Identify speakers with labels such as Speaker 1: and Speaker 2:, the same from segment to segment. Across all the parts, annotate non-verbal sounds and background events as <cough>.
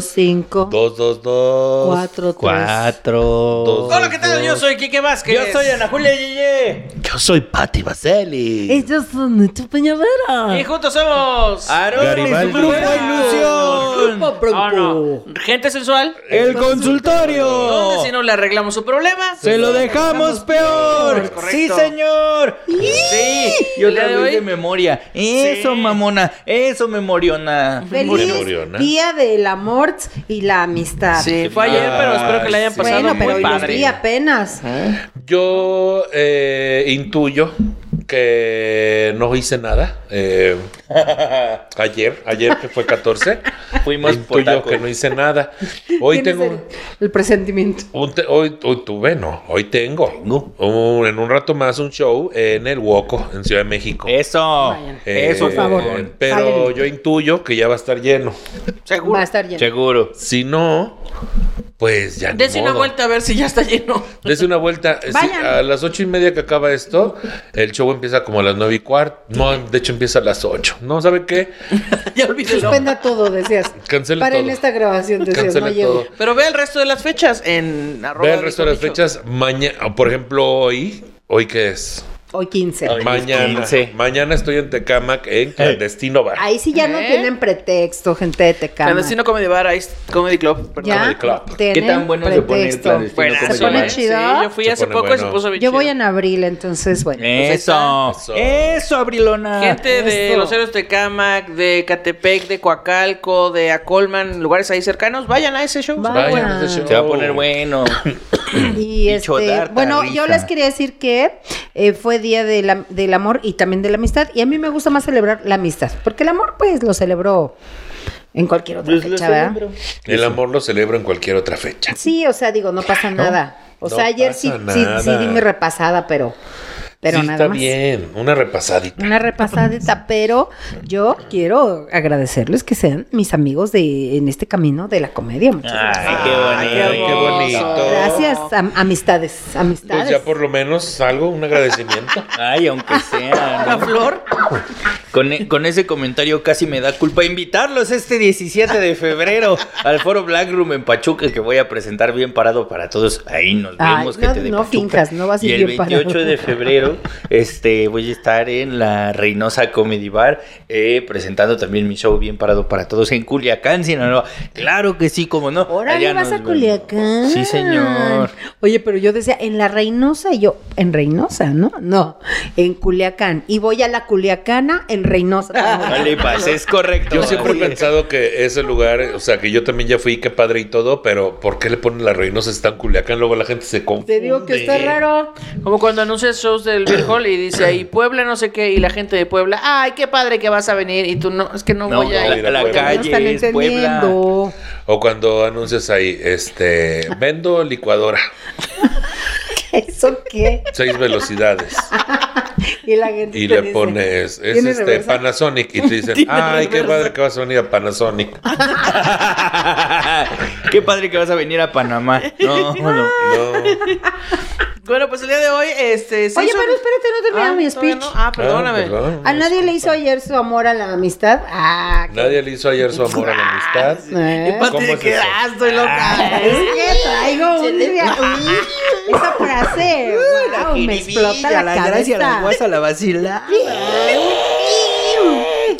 Speaker 1: 5,
Speaker 2: 2, 2, 2.
Speaker 1: 4, 3.
Speaker 3: Cuatro.
Speaker 2: Dos.
Speaker 4: Hola, ¿qué tal? Yo soy Kike Vázquez.
Speaker 3: Yo soy Ana Julia Yeye.
Speaker 2: Yo soy Patti Vaseli.
Speaker 1: Ellos son tu
Speaker 4: Y
Speaker 1: Peñavera.
Speaker 4: juntos somos.
Speaker 2: Ah,
Speaker 3: Aronis,
Speaker 2: Garibaldi.
Speaker 3: Grupo
Speaker 1: Grupo
Speaker 3: Ilusión.
Speaker 4: Ah, no. Gente sensual.
Speaker 3: El
Speaker 4: ¿Dónde si
Speaker 3: consultorio.
Speaker 4: no le arreglamos su problema?
Speaker 3: Se lo dejamos peor.
Speaker 4: Correcto.
Speaker 3: Sí, señor. Sí. Yo
Speaker 4: ¿El día
Speaker 3: la
Speaker 4: de
Speaker 3: doy
Speaker 4: hoy?
Speaker 3: de memoria. Eso,
Speaker 4: Sí.
Speaker 3: mamona. Eso, memoriona.
Speaker 1: Feliz
Speaker 2: Murió, murió, ¿no?
Speaker 1: Día del Amor y la Amistad.
Speaker 4: Sí, fue ayer, pero espero que le hayan
Speaker 3: Ay,
Speaker 4: pasado
Speaker 1: bueno, pero
Speaker 4: muy
Speaker 1: hoy los
Speaker 4: padre. ¿Eh?
Speaker 1: vi apenas.
Speaker 2: Yo eh, intuyo que no hice nada. eh, <laughs> ayer, ayer que fue 14.
Speaker 3: Fuimos por
Speaker 2: intuyo
Speaker 3: taco.
Speaker 2: que no hice nada. Hoy
Speaker 1: Tienes
Speaker 2: tengo.
Speaker 1: el, el presentimiento.
Speaker 2: Un te- hoy, hoy tuve, no, hoy tengo. Un- en un rato más un show en el Woco, en Ciudad de México.
Speaker 3: Eso.
Speaker 1: Vayan.
Speaker 2: Eh,
Speaker 3: Eso,
Speaker 1: Por favor.
Speaker 2: Pero
Speaker 1: Salen.
Speaker 2: yo intuyo que ya va a estar lleno.
Speaker 1: Va a estar lleno.
Speaker 3: Seguro.
Speaker 2: Si no, pues ya ni
Speaker 4: Dese una
Speaker 2: modo.
Speaker 4: vuelta a ver si ya está lleno. <laughs>
Speaker 2: Dese una vuelta. Sí,
Speaker 1: Vayan.
Speaker 2: a las ocho y media que acaba esto, el show empieza como a las nueve y cuarto. No, de hecho empieza a las ocho. No, ¿sabe qué?
Speaker 4: ya olvídelo.
Speaker 1: Suspenda todo, decías.
Speaker 2: <laughs> Cancele
Speaker 1: Paren
Speaker 2: todo.
Speaker 1: esta grabación, decías.
Speaker 2: Cancele
Speaker 1: no llego.
Speaker 2: todo.
Speaker 4: Pero vea el resto de las fechas en arroba
Speaker 2: Ve el resto de las
Speaker 4: Rico Bicho.
Speaker 2: fechas. Mañana, por ejemplo, hoy. ¿Hoy qué es?
Speaker 1: Hoy 15.
Speaker 3: Ay. Hoy es
Speaker 2: Mañana.
Speaker 3: 15.
Speaker 2: Mañana estoy en Tecamac en Clandestino Bar.
Speaker 1: Ahí sí ya no
Speaker 4: ¿Eh?
Speaker 1: tienen pretexto, gente de Tecama.
Speaker 4: Clandestino Comedy Bar, ahí es Comedy Club. perdón.
Speaker 1: ya
Speaker 2: Comedy Club.
Speaker 1: no tienen
Speaker 3: ¿Qué tan bueno se pone el
Speaker 1: pretexto.
Speaker 3: clandestino
Speaker 4: Buenazo,
Speaker 1: ¿Se
Speaker 3: Comedy
Speaker 1: pone
Speaker 3: Bar?
Speaker 4: ¿eh?
Speaker 1: chido?
Speaker 4: Sí, yo fui
Speaker 2: Se
Speaker 4: hace
Speaker 2: pone
Speaker 4: poco y se
Speaker 2: bueno.
Speaker 4: puso bien
Speaker 1: Yo
Speaker 4: chido.
Speaker 1: voy en abril, entonces bueno.
Speaker 3: Eso.
Speaker 2: Eso.
Speaker 3: Eso, Abrilona.
Speaker 4: Gente de
Speaker 1: Eso.
Speaker 4: Los Héroes de Camac, de Catepec, de Coacalco, de Acolman, lugares ahí cercanos, vayan a ese show.
Speaker 1: Va.
Speaker 2: Vayan
Speaker 1: Vayan.
Speaker 2: a ese show.
Speaker 3: Se va a poner <laughs> bueno.
Speaker 1: <clears throat> Y
Speaker 3: Bicho
Speaker 1: este,
Speaker 3: tarta,
Speaker 1: bueno, yo
Speaker 3: hija.
Speaker 1: les quería decir que eh, fue día de la- del amor y también de la amistad. Y a mí me gusta más celebrar la amistad, porque el amor, pues, lo celebro en cualquier otra
Speaker 2: Pues,
Speaker 1: fecha, ¿verdad?
Speaker 2: El amor lo celebro en cualquier otra fecha.
Speaker 1: Sí, o sea, digo, no pasa nada. O
Speaker 2: no
Speaker 1: sea, ayer sí,
Speaker 2: pasa
Speaker 1: sí, sí
Speaker 2: nada.
Speaker 1: di mi repasada, pero, pero
Speaker 2: sí,
Speaker 1: nada
Speaker 2: está
Speaker 1: más.
Speaker 2: bien. Una repasadita.
Speaker 1: Una repasadita, pero yo quiero agradecerles que sean mis amigos de en este camino de la comedia. Muchas gracias.
Speaker 3: Ay, qué
Speaker 2: Ay, qué
Speaker 3: bonito.
Speaker 2: bonito.
Speaker 1: Gracias, am- amistades, amistades.
Speaker 2: Pues ya por lo menos algo, un
Speaker 1: <laughs>
Speaker 2: agradecimiento.
Speaker 3: Ay, aunque sea.
Speaker 4: La
Speaker 3: ¿no?
Speaker 4: flor.
Speaker 3: Con, e- con ese comentario casi me da culpa invitarlos este 17 de febrero al Foro Black Room en Pachuca que voy a presentar bien parado para todos. Ahí nos
Speaker 1: Ay,
Speaker 3: vemos,
Speaker 1: no-
Speaker 3: gente de
Speaker 1: no
Speaker 3: Pachuca.
Speaker 1: finjas, no vas a ir
Speaker 3: Y el
Speaker 1: bien parado.
Speaker 3: 28 de febrero este, voy a estar en la Reynosa Comedy Bar eh, presentando también mi show bien parado para todos en Culiacán, Sinaloa. Claro que sí, como no.
Speaker 1: Órale,
Speaker 3: Allá
Speaker 1: vas
Speaker 3: nos
Speaker 1: a
Speaker 3: vemos.
Speaker 1: Culiacán.
Speaker 3: Sí, señor.
Speaker 1: Oye, pero yo decía, en la Reynosa, y yo, en Reynosa, ¿no? No, en Culiacán. Y voy a la Culiacana en
Speaker 3: <laughs>
Speaker 1: Reynosa.
Speaker 3: Vale, pues, es correcto.
Speaker 2: Yo siempre he
Speaker 3: Así es.
Speaker 2: pensado que ese lugar, o sea, que yo también ya fui, qué padre y todo, pero ¿por qué le ponen la Reynosa está en Culiacán? Luego la gente se confunde.
Speaker 1: Te digo que está raro.
Speaker 4: Como cuando anuncias shows del Beer Hall y dice ahí Puebla, no sé qué, y la gente de Puebla, ay, qué padre que vas a venir, y tú no, es que no,
Speaker 3: No,
Speaker 4: voy a
Speaker 3: la,
Speaker 4: ir.
Speaker 2: a
Speaker 3: la
Speaker 2: Puebla.
Speaker 1: No están
Speaker 3: calle es Puebla.
Speaker 1: entendiendo.
Speaker 2: O cuando anuncias ahí, este, vendo licuadora,
Speaker 1: <laughs> ¿Eso qué?
Speaker 2: seis velocidades,
Speaker 1: Y la gente
Speaker 2: y
Speaker 1: te
Speaker 2: le
Speaker 1: dice,
Speaker 2: pones, es
Speaker 1: "¿Tiene
Speaker 2: este,
Speaker 1: reversa?".
Speaker 2: Panasonic, y
Speaker 1: <laughs>
Speaker 2: te dicen,
Speaker 4: Tiene
Speaker 2: ay, qué
Speaker 4: reversa.
Speaker 2: padre que vas a venir a Panasonic.
Speaker 3: <laughs> Qué padre que vas a venir a Panamá. No, no.
Speaker 2: No,
Speaker 4: Bueno, pues el día de hoy, este. se
Speaker 1: Oye,
Speaker 4: hizo-
Speaker 1: pero espérate, no termina
Speaker 4: Ah,
Speaker 1: mi
Speaker 4: todavía
Speaker 1: speech.
Speaker 4: no. Ah, perdóname.
Speaker 2: Ah, perdón.
Speaker 1: A nadie le hizo ayer su amor a la amistad. Ah, qué-
Speaker 2: Nadie le hizo ayer su amor a la amistad.
Speaker 1: ¿Eh?
Speaker 3: pues,
Speaker 2: ¿Cómo es eso?
Speaker 4: Ah, <laughs> estoy loca.
Speaker 1: Es
Speaker 3: ah,
Speaker 1: que traigo un día- Uy, Esa
Speaker 3: <laughs>
Speaker 1: frase. wow, me explota la, cabeza.
Speaker 3: la vacila.
Speaker 1: Ah,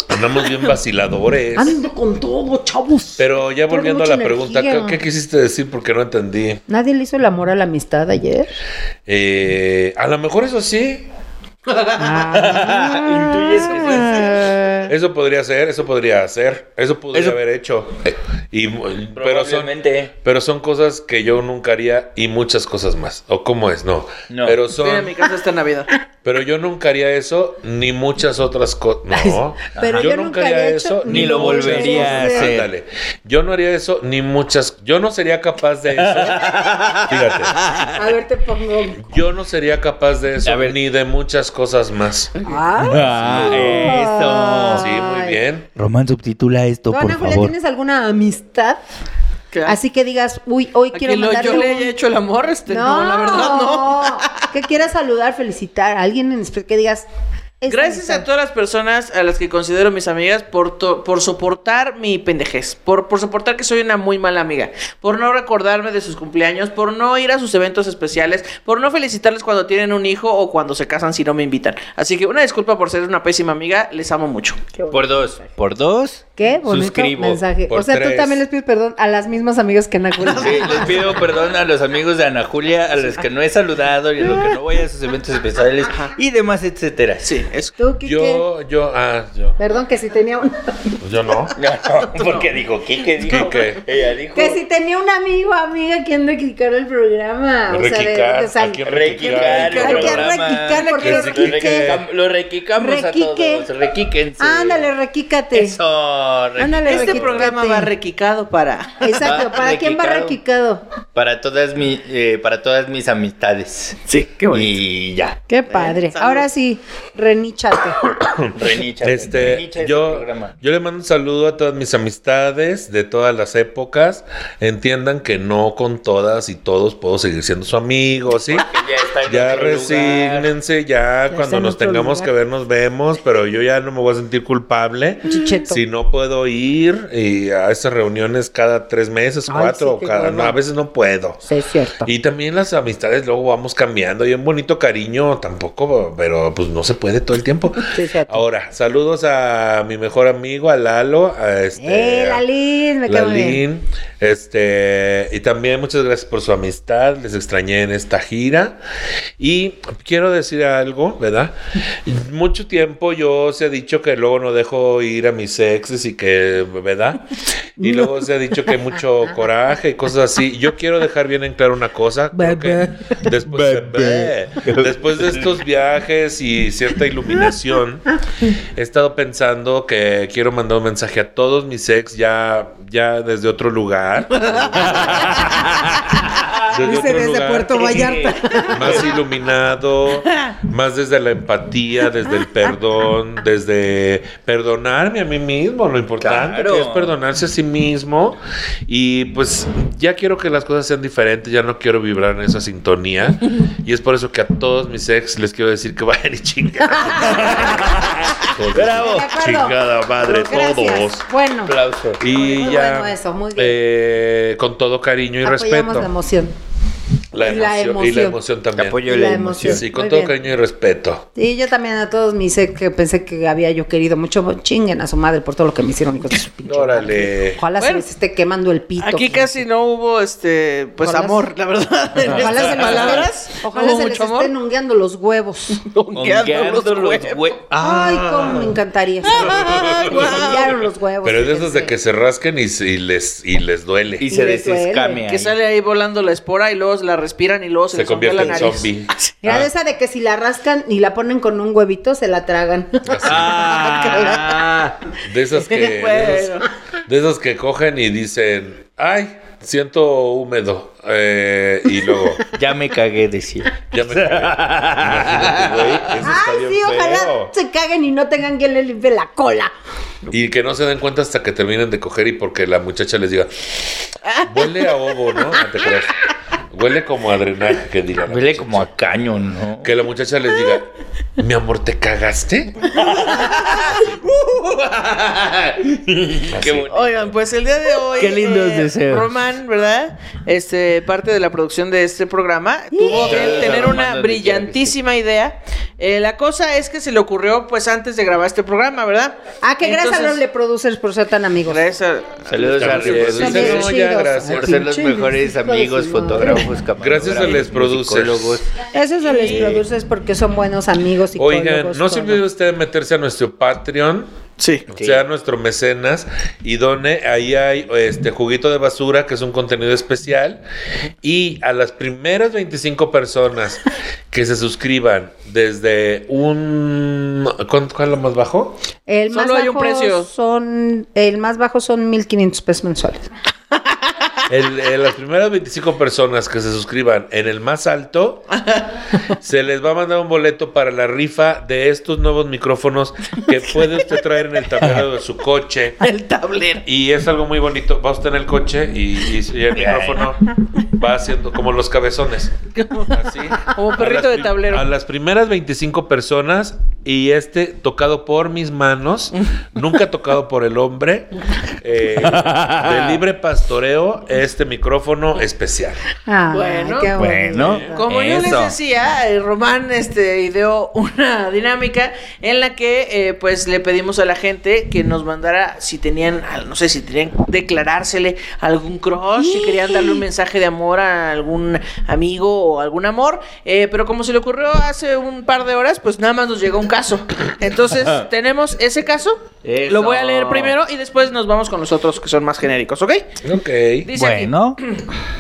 Speaker 2: Andamos bien vaciladores.
Speaker 1: Ando con todo, chavos.
Speaker 2: Pero ya
Speaker 1: Traigo
Speaker 2: volviendo a
Speaker 1: mucha
Speaker 2: la pregunta, ¿qué,
Speaker 1: energía.
Speaker 2: qué quisiste decir? Porque no entendí.
Speaker 1: Nadie le hizo el amor a la amistad ayer.
Speaker 2: Eh, a lo mejor eso sí.
Speaker 3: Intuyes que
Speaker 1: Ah.
Speaker 2: Eso podría ser, eso podría ser, eso podría
Speaker 3: Eso-
Speaker 2: haber hecho. Y, mu- pero, son,
Speaker 3: Probablemente.
Speaker 2: pero son cosas que yo nunca haría y muchas cosas más. ¿O cómo es? No.
Speaker 3: No.
Speaker 2: Pero,
Speaker 4: Estoy en
Speaker 2: son,
Speaker 4: mi casa esta Navidad.
Speaker 2: pero yo nunca haría eso ni muchas otras cosas. No.
Speaker 1: Pero yo nunca haría hecho
Speaker 3: ni lo
Speaker 2: muchas
Speaker 3: volvería a
Speaker 2: cosas.
Speaker 3: hacer.
Speaker 2: Ándale. Yo no haría eso ni muchas. Yo no sería capaz de eso.
Speaker 3: <laughs>
Speaker 2: Fíjate.
Speaker 1: A ver, te pongo.
Speaker 2: Yo no sería capaz de eso
Speaker 3: A ver.
Speaker 2: ni de muchas cosas más.
Speaker 1: Ah,
Speaker 3: Ah,
Speaker 2: Sí, muy
Speaker 1: Ay.
Speaker 2: bien.
Speaker 3: Román subtitula esto,
Speaker 1: ¿Tú, Ana Julia, Ah. ¿tienes alguna amistad? Así que digas, uy, hoy
Speaker 4: ¿A
Speaker 1: quiero
Speaker 4: que lo-
Speaker 1: mandarle
Speaker 4: yo le
Speaker 1: un-
Speaker 4: haya hecho el amor, este. No, la verdad, no.
Speaker 1: Que quieras saludar, felicitar a alguien en especial que digas, Es
Speaker 4: Gracias a
Speaker 1: neta.
Speaker 4: todas las personas a las que considero mis amigas por, to- por soportar mi pendejez, por, por soportar que soy una muy mala amiga, por no recordarme de sus cumpleaños, por no ir a sus eventos especiales, por no felicitarles cuando tienen un hijo o cuando se casan si no me invitan. Así que una disculpa por ser una pésima amiga, les amo mucho.
Speaker 1: Qué bonito.
Speaker 3: Por dos. Por dos.
Speaker 1: Qué bonito
Speaker 3: suscribo.
Speaker 1: mensaje.
Speaker 2: Por
Speaker 1: o sea, tú
Speaker 2: tres.
Speaker 1: también les pides perdón a las mismas amigas que Ana Julia.
Speaker 3: Sí, les pido perdón a los amigos de Ana Julia, a los que no he saludado y a los que no voy a sus eventos especiales y demás, etcétera.
Speaker 4: Sí, es
Speaker 1: Tú, Kike.
Speaker 2: Yo, yo, ah, yo.
Speaker 1: Perdón, que si tenía un...
Speaker 2: Pues yo
Speaker 3: <laughs>
Speaker 2: no.
Speaker 3: porque dijo, ¿qué? ¿Qué dijo?
Speaker 2: ¿Qué,
Speaker 3: Ella dijo,
Speaker 1: Que si tenía un amigo, amiga, quien requicar el programa. O sea, de-
Speaker 2: Requicar,
Speaker 1: de, sal-
Speaker 2: aquí
Speaker 3: requicar el
Speaker 1: Hay que
Speaker 3: programa.
Speaker 1: requicar porque
Speaker 2: Que
Speaker 3: Lo
Speaker 2: se
Speaker 3: requicam-
Speaker 2: requique.
Speaker 3: Lo requicamos
Speaker 1: Requique.
Speaker 3: a todos. Requíquense.
Speaker 1: Ándale, requícate.
Speaker 3: Eso, requique.
Speaker 1: Ándale,
Speaker 4: Este
Speaker 1: Requícate.
Speaker 4: programa va requicado para...
Speaker 1: Exacto,
Speaker 3: Va
Speaker 1: ¿para quién va
Speaker 3: requicado.
Speaker 1: requicado?
Speaker 3: Para todas, mi, eh, para todas mis amistades.
Speaker 4: Sí, qué
Speaker 3: Y ya.
Speaker 2: Eh,
Speaker 1: Qué padre.
Speaker 4: salud.
Speaker 1: Ahora sí,
Speaker 2: <clears throat>
Speaker 1: reníchate.
Speaker 3: Renicha.
Speaker 2: Este, yo, yo le mando un saludo a todas mis amistades de todas las épocas. Entiendan que no con todas y todos puedo seguir siendo su amigo, ¿sí?
Speaker 3: Ya, está en
Speaker 2: Ya
Speaker 3: otro lugar.
Speaker 2: resígnense, ya,
Speaker 1: Ya está
Speaker 2: cuando
Speaker 1: en
Speaker 2: nos
Speaker 1: otro
Speaker 2: tengamos
Speaker 1: lugar.
Speaker 2: que ver nos vemos, pero yo ya no me voy a sentir culpable.
Speaker 1: Chicheto.
Speaker 2: Si no puedo ir y a esas reuniones cada tres meses,
Speaker 1: Ay,
Speaker 2: cuatro,
Speaker 1: sí,
Speaker 2: o
Speaker 1: qué
Speaker 2: cada,
Speaker 1: hueva.
Speaker 2: no, a veces no puedo.
Speaker 1: Sí, es cierto.
Speaker 2: Y también las amistades luego vamos cambiando. Y un bonito cariño tampoco, pero pues no se puede todo el tiempo.
Speaker 1: Sí, cierto.
Speaker 2: Ahora, saludos a mi mejor amigo, a Lalo, a este.
Speaker 1: ¡Eh, Lalín! Me cae muy bien.
Speaker 2: Lalín, este, y también muchas gracias por su amistad, les extrañé en esta gira. Y quiero decir algo, ¿verdad? Mucho tiempo yo se ha dicho que luego no dejo ir a mis exes y que, ¿verdad? Y luego se ha dicho que mucho coraje y cosas así. Yo quiero dejar bien en claro una cosa. creo que
Speaker 1: Bebé.
Speaker 2: después, Bebé. después de estos viajes y cierta iluminación, he estado pensando que quiero mandar un mensaje a todos mis ex ya, ya desde
Speaker 1: <laughs>
Speaker 2: otro lugar. Desde
Speaker 1: Dice
Speaker 2: otro
Speaker 1: desde
Speaker 2: lugar.
Speaker 1: Puerto Vallarta.
Speaker 2: Más iluminado, más desde la empatía, desde el perdón, desde perdonarme a mí mismo, lo importante
Speaker 3: Claro.
Speaker 2: que es perdonarse a sí mismo. Y pues ya quiero que las cosas sean diferentes, ya no quiero vibrar en esa sintonía. Y es por eso que a todos mis ex les quiero decir que vayan y
Speaker 1: <laughs>
Speaker 2: chingar. Joder,
Speaker 1: <laughs>
Speaker 3: Bravo.
Speaker 1: De acuerdo.
Speaker 2: Chingada madre, todos.
Speaker 1: Gracias. Bueno,
Speaker 3: Aplauso.
Speaker 2: Y
Speaker 1: Muy
Speaker 2: ya,
Speaker 1: bueno eso, muy bien.
Speaker 2: eh, con todo cariño y
Speaker 1: apoyamos
Speaker 2: respeto.
Speaker 1: la emoción.
Speaker 2: La
Speaker 1: Y la
Speaker 2: emoción, Y la
Speaker 1: emoción.
Speaker 2: emoción también.
Speaker 3: Apoyo
Speaker 1: Y
Speaker 3: la
Speaker 1: la
Speaker 3: emoción.
Speaker 1: emoción.
Speaker 2: Sí, con
Speaker 1: Muy
Speaker 2: todo
Speaker 1: bien.
Speaker 2: cariño y respeto.
Speaker 1: Y yo también a todos mis ex que pensé que había yo querido mucho, chinguen a su madre por todo lo que me hicieron. hijos de su pinche madre.
Speaker 2: Órale.
Speaker 1: Ojalá
Speaker 4: Bueno.
Speaker 1: se les esté quemando el pito.
Speaker 4: Aquí casi no hubo este pues
Speaker 1: Ojalá
Speaker 4: amor, la verdad. En
Speaker 1: Ojalá
Speaker 4: estas
Speaker 1: se les,
Speaker 4: palabras,
Speaker 1: estén,
Speaker 4: no
Speaker 1: ojalá
Speaker 4: hubo
Speaker 1: se les
Speaker 4: mucho amor.
Speaker 1: estén hungueando los huevos.
Speaker 4: Hongueando los
Speaker 3: Hongueando los
Speaker 4: huevos.
Speaker 3: hue-
Speaker 1: Ay,
Speaker 3: Ah.
Speaker 1: cómo me encantaría.
Speaker 4: Ay,
Speaker 1: Me
Speaker 4: <laughs> guau.
Speaker 1: Hunguearon los huevos.
Speaker 2: Pero es de esos de
Speaker 1: fíjense.
Speaker 2: que se rasquen y, se- y les, y les duele.
Speaker 3: Y se
Speaker 1: Y les duele.
Speaker 3: desescamea.
Speaker 4: Que sale ahí volando la espora y luego la respiran y luego se,
Speaker 2: se
Speaker 4: les hunde
Speaker 2: convierte en
Speaker 4: la nariz. <laughs>
Speaker 2: zombie.
Speaker 1: Mira, de
Speaker 2: Ah,
Speaker 1: esa de que si la rascan y la ponen con un huevito, se la
Speaker 2: <laughs>
Speaker 1: tragan.
Speaker 3: Ah,
Speaker 2: de esas que. De
Speaker 1: <laughs>
Speaker 2: esas,
Speaker 4: Bueno.
Speaker 2: de esas que cogen y dicen, ay, siento húmedo. Eh, y luego,
Speaker 3: ya me cagué, decía.
Speaker 2: ya me cagué".
Speaker 4: <laughs>
Speaker 2: Imagínate, güey, eso está
Speaker 1: Ay,
Speaker 2: bien
Speaker 1: sí, ojalá
Speaker 2: feo.
Speaker 1: se caguen y no tengan que le limpie la cola.
Speaker 2: Y que no se den cuenta hasta que terminen de coger y porque la muchacha les diga, huele a ovo, ¿no? No te creas. Huele como a drenaje, que diga. la
Speaker 3: Huele
Speaker 2: muchacha.
Speaker 3: como a caño, ¿no?
Speaker 2: Que la muchacha les diga, mi amor, ¿te cagaste?
Speaker 3: Qué bonito.
Speaker 4: Oigan, pues el día de hoy. eh,
Speaker 3: Qué lindos deseos.
Speaker 4: Román, ¿verdad? Este, parte de la producción de este programa. Tuvo
Speaker 3: Muchas
Speaker 4: que
Speaker 3: gracias,
Speaker 4: tener
Speaker 3: Armando,
Speaker 4: una
Speaker 3: donde
Speaker 4: brillantísima idea. Eh, la cosa es que se le ocurrió, pues, antes de grabar este programa, ¿verdad?
Speaker 1: Ah, que gracias a
Speaker 4: Entonces,
Speaker 1: los Le Producers por ser tan amigos.
Speaker 4: Gracias a-
Speaker 3: Saludos a
Speaker 2: Estamos bien.
Speaker 3: Río
Speaker 1: Son
Speaker 2: Producers.
Speaker 1: bien
Speaker 2: Pues No, ya,
Speaker 1: chidos.
Speaker 2: gracias.
Speaker 3: por ser los
Speaker 1: Pinches
Speaker 3: mejores
Speaker 1: hijos de
Speaker 3: amigos,
Speaker 1: su
Speaker 3: fotógrafos,
Speaker 2: Gracias a Les
Speaker 3: camarógrafos,
Speaker 2: Producers.
Speaker 3: musicólogos.
Speaker 1: madre. Esos a los Producers porque son buenos amigos y
Speaker 2: Oigan, no se olvide usted de meterse a nuestro Patreon.
Speaker 4: Sí.
Speaker 3: Sí.
Speaker 2: Sea nuestro mecenas y done. Ahí hay este juguito de basura, que es un contenido especial. Y a las primeras 25 personas que se suscriban desde un. ¿cuán- ¿Cuál es lo más bajo?
Speaker 1: El más
Speaker 4: Solo hay un
Speaker 1: bajo
Speaker 4: precio.
Speaker 1: Son, el más bajo son 1500 pesos mensuales.
Speaker 2: El- eh, las primeras 25 personas que se suscriban en el más alto, se les va a mandar un boleto para la rifa de estos nuevos micrófonos que puede usted traer en el tablero de su coche.
Speaker 4: El tablero.
Speaker 2: Y es algo muy bonito. Va usted en el coche y, y- y el micrófono va haciendo como los cabezones. Así.
Speaker 4: eh. Como
Speaker 2: A las
Speaker 4: perrito de
Speaker 2: prim-
Speaker 4: tablero.
Speaker 2: A las primeras 25 personas y este tocado por mis manos, nunca tocado por el hombre, eh, de libre pastoreo, este micrófono especial.
Speaker 1: Ah,
Speaker 4: Bueno.
Speaker 1: qué
Speaker 3: Bueno.
Speaker 1: bonito.
Speaker 4: Como yo les
Speaker 3: Eso.
Speaker 4: decía, eh, Román este, ideó una <laughs> dinámica en la que eh, pues le pedimos a la gente que nos mandara si tenían, al- no sé, si tenían declarársele algún crush, si querían darle un mensaje de amor a algún amigo o algún amor, eh, pero como se le ocurrió hace un par de horas, pues nada más nos llegó un caso.
Speaker 3: <laughs>
Speaker 4: Entonces tenemos ese caso,
Speaker 3: Eso.
Speaker 4: lo voy a leer primero y después nos vamos con los otros que son más genéricos, ¿ok?
Speaker 2: Ok.
Speaker 4: Dice aquí,
Speaker 3: Bueno,
Speaker 4: <clears throat>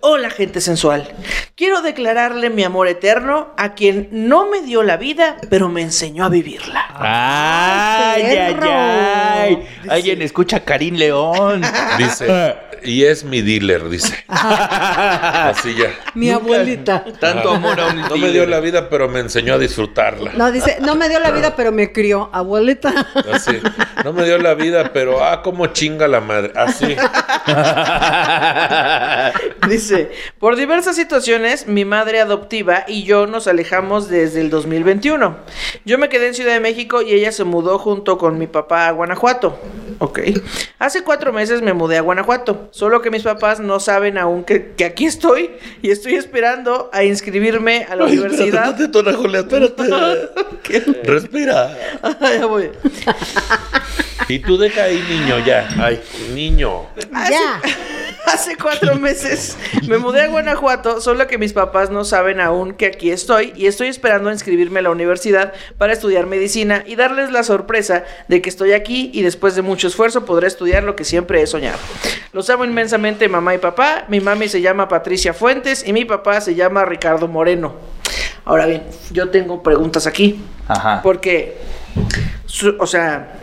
Speaker 4: Hola gente sensual, quiero declararle mi amor eterno a quien no me dio la vida, pero me enseñó a vivirla. <laughs>
Speaker 3: ay, ay,
Speaker 1: perro.
Speaker 3: ay. Alguien escucha a Karim León.
Speaker 2: Dice, y es mi dealer, dice.
Speaker 4: Ah.
Speaker 2: Así ya.
Speaker 1: <laughs> Mi abuelita.
Speaker 3: Tanto amor a un
Speaker 2: No me dio la vida, pero me enseñó a disfrutarla.
Speaker 1: No, dice, no me dio la vida, pero me crió. <laughs> Abuelita.
Speaker 2: Así. No me dio la vida, pero ah, cómo chinga la madre. Así.
Speaker 4: Dice, por diversas situaciones, mi madre adoptiva y yo nos alejamos desde el 2021. Yo me quedé en Ciudad de México y ella se mudó junto con mi papá a Guanajuato. Ok. Hace cuatro meses me mudé a Guanajuato, solo que mis papás no saben aún que, que aquí estoy y estoy esperando a inscribirme a la universidad.
Speaker 2: Tonajole, espérate. Respira.
Speaker 4: <laughs> Ya voy.
Speaker 2: Y tú deja ahí, niño, ya. Ay, niño.
Speaker 1: Ya.
Speaker 4: <laughs> Hace cuatro meses me mudé a Guanajuato, solo que mis papás no saben aún que aquí estoy y estoy esperando a inscribirme a la universidad para estudiar medicina y darles la sorpresa de que estoy aquí y después de mucho esfuerzo podré estudiar lo que siempre he soñado. Los amo inmensamente mamá y papá, mi mami se llama Patricia Fuentes y mi papá se llama Ricardo Moreno. Ahora bien, yo tengo preguntas aquí.
Speaker 3: <laughs> Ajá.
Speaker 4: Porque, su- o sea,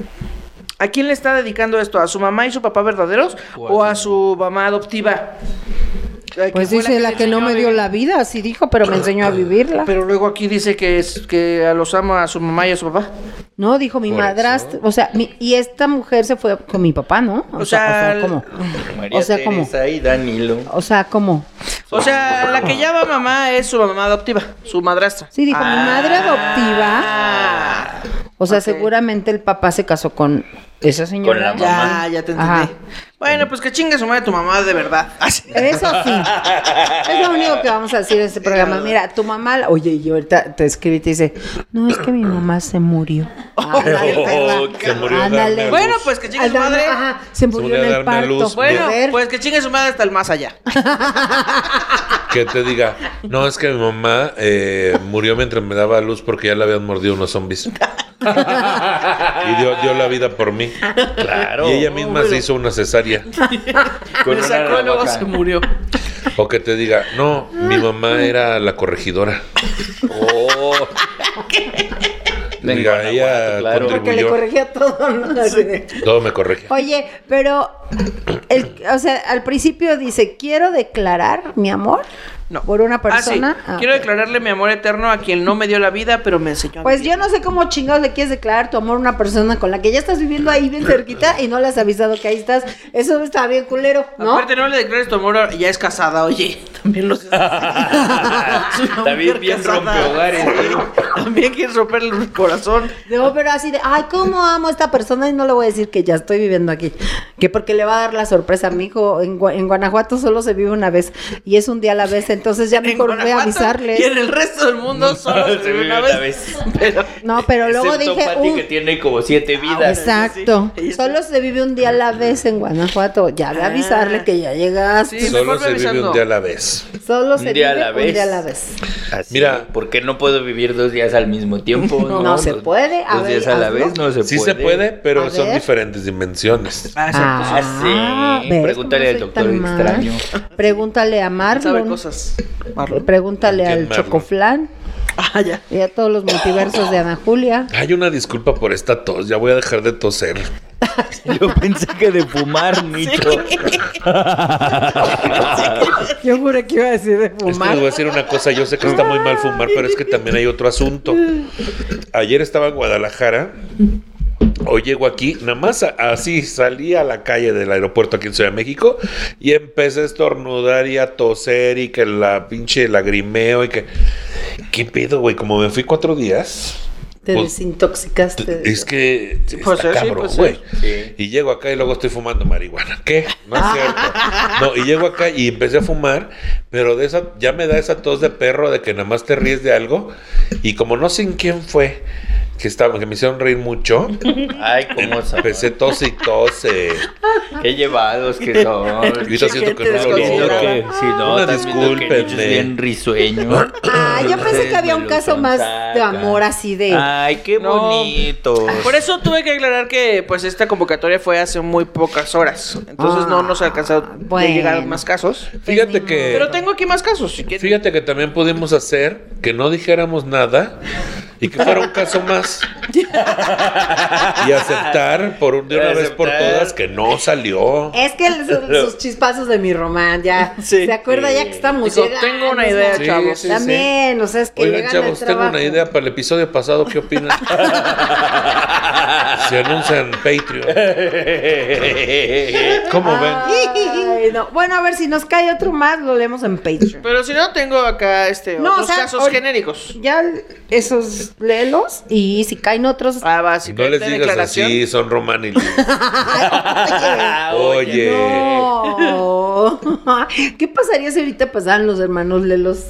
Speaker 4: ¿a quién le está dedicando esto? ¿A su mamá y su papá verdaderos o a su mamá adoptiva? La que
Speaker 1: Pues
Speaker 4: fue
Speaker 1: dice
Speaker 4: le
Speaker 1: la que no
Speaker 4: enseñó
Speaker 1: me
Speaker 4: a
Speaker 1: dio
Speaker 4: vivir.
Speaker 1: la vida, así dijo, pero me enseñó a vivirla.
Speaker 4: Pero luego aquí dice que, es, que a los ama a su mamá y a su papá.
Speaker 1: No, dijo mi madrastra. O sea, mi- y esta mujer se fue con mi papá, ¿no?
Speaker 4: O sea,
Speaker 1: ¿cómo?
Speaker 3: María
Speaker 1: O sea, ¿cómo?
Speaker 3: Teresa y Danilo.
Speaker 1: O sea, ¿cómo?
Speaker 4: O sea, la que llama mamá es su mamá adoptiva, su madrastra.
Speaker 1: Sí, dijo, mi madre adoptiva.
Speaker 4: Ah,
Speaker 1: O sea,
Speaker 4: ok.
Speaker 1: seguramente el papá se casó con esa señora.
Speaker 3: la mamá.
Speaker 4: ya, ya te entendí.
Speaker 1: Ajá.
Speaker 4: Bueno, pues que chingue su madre tu mamá de verdad.
Speaker 1: Eso sí. Es lo único que vamos a decir en este programa. Mira, tu mamá, la- oye, y ahorita te escribí y te dice, no, es que mi mamá se murió. Ándale,
Speaker 2: <laughs> Oh,
Speaker 1: perra.
Speaker 2: se murió de
Speaker 1: Ándale.
Speaker 2: darme a
Speaker 4: Bueno, pues que chingue
Speaker 1: Al
Speaker 4: su
Speaker 1: darme-
Speaker 4: madre.
Speaker 1: Ajá, se murió
Speaker 2: Se murió
Speaker 1: en
Speaker 2: de
Speaker 1: el
Speaker 2: darme a
Speaker 1: parto.
Speaker 2: luz.
Speaker 4: Bueno,
Speaker 1: Joder.
Speaker 4: pues que chingue su madre hasta el más allá.
Speaker 2: Que te diga, no, es que mi mamá eh, murió mientras me daba a luz porque ya la habían mordido unos zombies. Y dio, dio la vida por mí.
Speaker 3: <laughs> Claro.
Speaker 2: Y ella misma se hizo una cesárea.
Speaker 3: Con
Speaker 4: Me
Speaker 3: una
Speaker 4: sacó y luego
Speaker 3: navaja.
Speaker 4: se murió.
Speaker 2: O que te diga, no, mi mamá era la corregidora.
Speaker 3: <laughs> Oh.
Speaker 2: Diga, ella
Speaker 3: claro.
Speaker 2: contribuyó.
Speaker 1: Porque le corregía todo,
Speaker 4: <laughs>
Speaker 1: ¿no? Así de-
Speaker 2: Todo me corrige.
Speaker 1: Oye, pero, el- o sea, al principio dice, quiero declarar mi amor
Speaker 4: No.
Speaker 1: por una
Speaker 4: Ah, sí.
Speaker 1: persona. Ah,
Speaker 4: Quiero
Speaker 1: ok.
Speaker 4: declararle mi amor eterno a quien no me dio la vida, pero me enseñó. a
Speaker 1: Pues yo
Speaker 4: vivir.
Speaker 1: no sé cómo chingados le quieres declarar tu amor a una persona con la que ya estás viviendo ahí bien cerquita y no le has avisado que ahí estás. Eso está bien culero, ¿no?
Speaker 4: Aparte, no le declares tu amor, ya es casada, oye. <laughs> También
Speaker 3: <laughs>
Speaker 4: los.
Speaker 3: También bien ¿eh? rompehogares,
Speaker 4: También quieres romperle el corazón.
Speaker 1: No, pero así de, ay, cómo amo a esta persona y no le voy a decir que ya estoy viviendo aquí. Que porque le va a dar la sorpresa a mi hijo. En, Gua- en Guanajuato solo se vive una vez y es un día a la vez, entonces ya
Speaker 4: <laughs> En
Speaker 1: mejor voy a
Speaker 4: Guanajuato
Speaker 1: avisarles.
Speaker 4: Y en el resto
Speaker 3: <laughs>
Speaker 4: del mundo solo se vive una vez. Pero.
Speaker 1: No, <laughs> pero luego
Speaker 3: Excepto
Speaker 1: dije,
Speaker 3: Pati,
Speaker 1: "Uh,
Speaker 3: que tiene como siete vidas.
Speaker 1: exacto.
Speaker 4: sí, sí.
Speaker 1: Solo se vive un día a la vez en Guanajuato. Ya voy a
Speaker 4: Ah.
Speaker 1: avisarle que ya llegaste.
Speaker 4: Sí, mejor
Speaker 2: Solo
Speaker 4: ve
Speaker 2: se vive
Speaker 4: avisando.
Speaker 2: un día a la vez.
Speaker 1: Solo
Speaker 3: Un
Speaker 1: se
Speaker 3: día a
Speaker 1: vive
Speaker 3: la
Speaker 1: un
Speaker 3: vez.
Speaker 1: día a la vez.
Speaker 3: Así,
Speaker 2: Mira.
Speaker 3: ¿por qué no puedo vivir dos días al mismo tiempo?
Speaker 1: <laughs> No, no se
Speaker 3: Dos-
Speaker 1: puede. A
Speaker 3: Dos
Speaker 1: ver,
Speaker 3: días a la
Speaker 1: hazlo.
Speaker 3: vez no se
Speaker 2: Sí
Speaker 3: puede.
Speaker 2: se puede, pero
Speaker 1: A
Speaker 2: son
Speaker 1: ver.
Speaker 2: diferentes dimensiones.
Speaker 4: Ah, exacto.
Speaker 3: Ah, sí.
Speaker 1: ¿ves
Speaker 3: Pregúntale
Speaker 1: cómo
Speaker 3: al
Speaker 1: soy
Speaker 3: doctor
Speaker 1: tan mala?
Speaker 3: extraño.
Speaker 1: Pregúntale a
Speaker 4: Sabe
Speaker 1: Marlon.
Speaker 4: cosas. Marlon.
Speaker 1: Pregúntale
Speaker 2: ¿Quién
Speaker 1: al
Speaker 2: Marlon?
Speaker 1: Chocoflan
Speaker 4: Ah, ya.
Speaker 1: y a todos los multiversos de Ana Julia.
Speaker 2: Hay una disculpa por esta tos. Ya voy a dejar de toser.
Speaker 3: <laughs> Yo pensé que
Speaker 1: <laughs>
Speaker 3: de fumar, Nicho.
Speaker 1: Yo juré que iba a decir de
Speaker 2: Es que les voy a decir una cosa, yo sé que está muy mal fumar, pero es que también hay otro asunto. Ayer estaba en Guadalajara, hoy llego aquí, nada más a- así salí a la calle del aeropuerto aquí en Ciudad de México y empecé a estornudar y a toser y que la pinche lagrimeo y que... ¿Qué pedo, güey? Como me fui cuatro días.
Speaker 1: Te
Speaker 2: Pues,
Speaker 1: desintoxicas. te-
Speaker 2: Es que
Speaker 1: Pues
Speaker 4: puede
Speaker 2: está
Speaker 4: ser, sí,
Speaker 2: cabrón,
Speaker 4: puede
Speaker 2: güey.
Speaker 3: ser.
Speaker 2: Y llego acá y luego estoy fumando marihuana. ¿Qué? No es cierto. No, y llego acá y empecé a fumar, pero de esa ya me da esa tos de perro de que nada más te ríes de algo y como no sé en quién fue que estaba que me hicieron reír mucho,
Speaker 3: Ay, cómo son.
Speaker 2: empecé tose y tose.
Speaker 3: Qué llevados que
Speaker 2: <laughs>
Speaker 3: son.
Speaker 2: Y yo siento que
Speaker 1: Gente
Speaker 2: no lo
Speaker 3: Viendo
Speaker 1: desconsiderada.
Speaker 2: logro.
Speaker 3: que, sí, no,
Speaker 2: Una
Speaker 3: estás viendo que el nicho
Speaker 2: discúlpenme.
Speaker 3: es bien risueño.
Speaker 1: Ah, yo pensé que había un caso más de amor así de...
Speaker 3: Ay, qué
Speaker 4: No.
Speaker 3: bonito.
Speaker 4: Por eso tuve que aclarar que pues esta convocatoria fue hace muy pocas horas. Entonces
Speaker 1: Ah,
Speaker 4: no nos alcanzó
Speaker 1: bueno.
Speaker 4: de llegar más casos.
Speaker 3: Eh,
Speaker 2: Fíjate que
Speaker 4: Pero tengo aquí más casos, si quieren.
Speaker 2: Fíjate que también pudimos hacer que no dijéramos nada y que fuera un caso más. Y aceptar por un- de una vez por
Speaker 3: Aceptar.
Speaker 2: todas que no salió.
Speaker 1: Es
Speaker 2: <laughs>
Speaker 1: que el- sus, sus chispazos de mi román, ya.
Speaker 4: Sí.
Speaker 1: ¿Se acuerda ya que estamos
Speaker 4: Digo,
Speaker 1: llegando?
Speaker 4: tengo una idea,
Speaker 2: Sí,
Speaker 4: chavos.
Speaker 2: sí.
Speaker 1: También, o sea, es que
Speaker 2: Oigan,
Speaker 1: llegan
Speaker 2: chavos,
Speaker 1: al
Speaker 2: tengo
Speaker 1: trabajo.
Speaker 2: una idea para el episodio pasado. ¿Qué
Speaker 1: <laughs>
Speaker 2: opinan? Se anuncia en Patreon.
Speaker 3: <laughs>
Speaker 1: <laughs> Ah.
Speaker 2: ¿Cómo ven?
Speaker 1: Ay, no. Bueno, a ver, si nos cae otro más, lo leemos en Patreon.
Speaker 4: Pero si no, tengo acá este,
Speaker 1: No,
Speaker 4: otros
Speaker 1: o sea,
Speaker 4: casos
Speaker 1: ahorita-
Speaker 4: genéricos.
Speaker 1: Ya esos léelos y si caen otros...
Speaker 4: Ah, va, si
Speaker 2: No les
Speaker 4: quieren
Speaker 2: digas
Speaker 4: declaración.
Speaker 2: así, son Román y Liz. <laughs>
Speaker 3: Ah,
Speaker 1: Ay,
Speaker 2: Oye.
Speaker 1: No. <laughs> ¿Qué pasaría si ahorita pasaran los hermanos Lelos?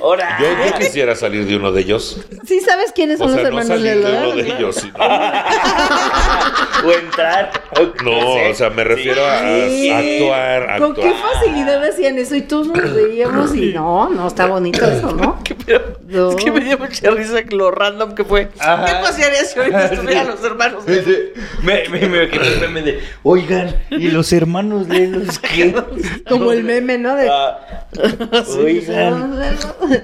Speaker 3: Ahora.
Speaker 2: Yo,
Speaker 1: <laughs>
Speaker 2: yo quisiera salir de uno de ellos.
Speaker 1: ¿Sí sabes quiénes
Speaker 2: O
Speaker 1: son los
Speaker 2: sea, no
Speaker 1: hermanos
Speaker 2: salir de uno
Speaker 1: Lelos?
Speaker 2: de ellos. sino-
Speaker 3: O entrar. o-
Speaker 2: <laughs> No,
Speaker 3: sé.
Speaker 2: o sea, me refiero a,
Speaker 1: Sí.
Speaker 2: a actuar, actuar.
Speaker 1: ¿Con qué facilidad hacían eso? Y todos nos reíamos y no, no, está bonito eso, ¿no?
Speaker 4: ¿Qué pedo?
Speaker 1: No.
Speaker 4: Es que me dio mucha risa lo random que fue.
Speaker 3: Ajá.
Speaker 4: ¿Qué pasaría
Speaker 2: <laughs>
Speaker 4: si ahorita estuvieran los hermanos?
Speaker 3: Me, <laughs> me, me, imagino el meme de, oigan, ¿y los hermanos de
Speaker 2: <laughs>
Speaker 3: los qué?
Speaker 1: Como el meme, ¿no? De,
Speaker 3: Ah, oigan.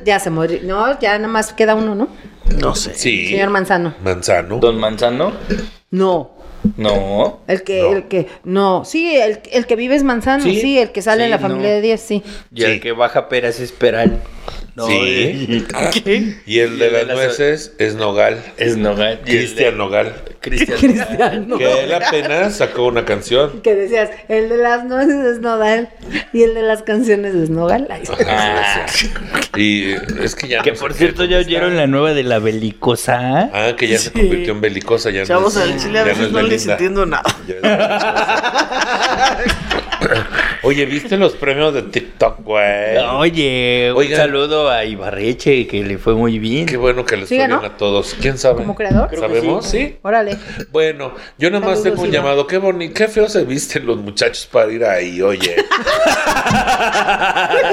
Speaker 1: ya se murió. No, ya nada más queda uno, ¿no?
Speaker 4: No sé.
Speaker 2: Sí.
Speaker 1: Señor Manzano.
Speaker 2: Manzano.
Speaker 3: ¿Don Manzano?
Speaker 1: No.
Speaker 3: No.
Speaker 1: El que,
Speaker 2: No.
Speaker 1: el que, no, sí, el, el que vive es Manzano, sí,
Speaker 2: Sí.
Speaker 1: el que sale
Speaker 3: Sí,
Speaker 1: en la familia
Speaker 3: no.
Speaker 1: de 10, sí. <laughs>
Speaker 3: Y el
Speaker 2: Sí.
Speaker 3: que baja peras es Peral. No,
Speaker 1: <laughs>
Speaker 2: Sí.
Speaker 3: eh.
Speaker 2: Y el de las nueces es Nogal.
Speaker 3: Es Nogal. Y el de-
Speaker 2: Cristian Nogal.
Speaker 3: Cristian.
Speaker 1: Cristiano.
Speaker 2: <laughs> Que él apenas sacó una canción.
Speaker 1: Que decías, el de las nueces es Nodal y el de las canciones es Nogal. Ay,
Speaker 2: Ajá, sí, sí. Y es que ya.
Speaker 3: Que
Speaker 2: no sé
Speaker 3: por
Speaker 2: qué
Speaker 3: cierto, ya
Speaker 2: contestar.
Speaker 3: oyeron la nueva de la belicosa.
Speaker 2: Ah, que ya se convirtió en belicosa. Ya
Speaker 4: Chavos,
Speaker 2: no es,
Speaker 4: al chile a
Speaker 2: ya
Speaker 4: veces
Speaker 2: es
Speaker 4: no les
Speaker 2: Belinda.
Speaker 4: entiendo nada.
Speaker 1: <laughs>
Speaker 2: Ya es Belinda. Oye, ¿viste los premios de TikTok, güey?
Speaker 3: Oye, un
Speaker 2: Ah, Oigan.
Speaker 3: saludo a Ibarreche, que le fue muy bien.
Speaker 2: Qué bueno que les
Speaker 1: Sí,
Speaker 2: fue bien
Speaker 1: ganó.
Speaker 2: a todos. ¿Quién sabe?
Speaker 1: ¿Como creador? Creo que
Speaker 2: ¿Sabemos?
Speaker 1: sí.
Speaker 2: sí.
Speaker 1: Órale.
Speaker 2: Bueno, yo nada más
Speaker 1: Saludos,
Speaker 2: tengo un
Speaker 1: Iván.
Speaker 2: llamado. Qué bonito, qué feo se visten los muchachos para ir ahí, oye.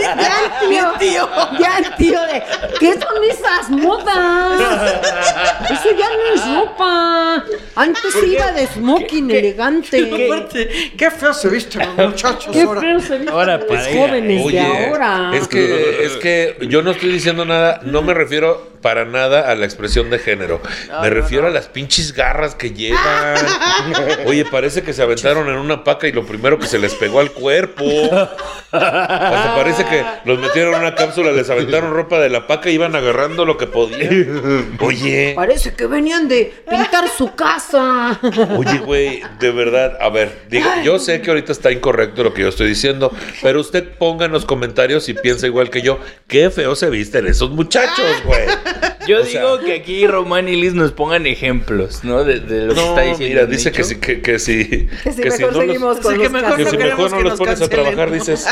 Speaker 1: ya, tío. Ya, tío, de, ¿qué son esas modas? Eso ya no es ropa. Antes iba de smoking elegante.
Speaker 4: Aparte, qué feo se visten los muchachos
Speaker 1: Qué feo se visten
Speaker 3: Ahora
Speaker 1: los
Speaker 3: para ir a-
Speaker 1: jóvenes
Speaker 2: Oye,
Speaker 1: de ahora.
Speaker 2: es que es que yo no estoy diciendo nada, no me refiero para nada a la expresión de género. me refiero a las pinches garras que
Speaker 1: <laughs>
Speaker 2: llevan. Oye, parece que se aventaron en una paca y lo primero que se les pegó al cuerpo. Hasta parece que los metieron en una cápsula, les aventaron ropa de la paca y iban agarrando lo que
Speaker 1: <laughs>
Speaker 2: podían. Oye,
Speaker 1: Parece que venían de pintar su casa.
Speaker 2: Oye, güey, de verdad, a ver, digo, yo sé que ahorita está incorrecto lo que yo estoy diciendo, pero usted ponga en los comentarios si piensa igual que yo, qué feo se visten esos muchachos, güey.
Speaker 3: Yo
Speaker 2: O sea-
Speaker 3: digo que aquí Román y Liz nos pongan ejemplos, ¿no? De, de lo que
Speaker 2: No,
Speaker 3: está diciendo.
Speaker 2: mira,
Speaker 3: el
Speaker 2: dice que
Speaker 3: Nicho.
Speaker 2: si, que, que si,
Speaker 1: Que si
Speaker 2: que si
Speaker 1: mejor
Speaker 2: no los-
Speaker 1: seguimos con los
Speaker 4: Así que
Speaker 1: casos.
Speaker 2: que
Speaker 4: mejor
Speaker 2: si
Speaker 4: No
Speaker 2: mejor
Speaker 4: queremos
Speaker 2: no
Speaker 4: que
Speaker 2: los
Speaker 4: nos
Speaker 2: pones
Speaker 4: cancelen.
Speaker 2: a trabajar, dices,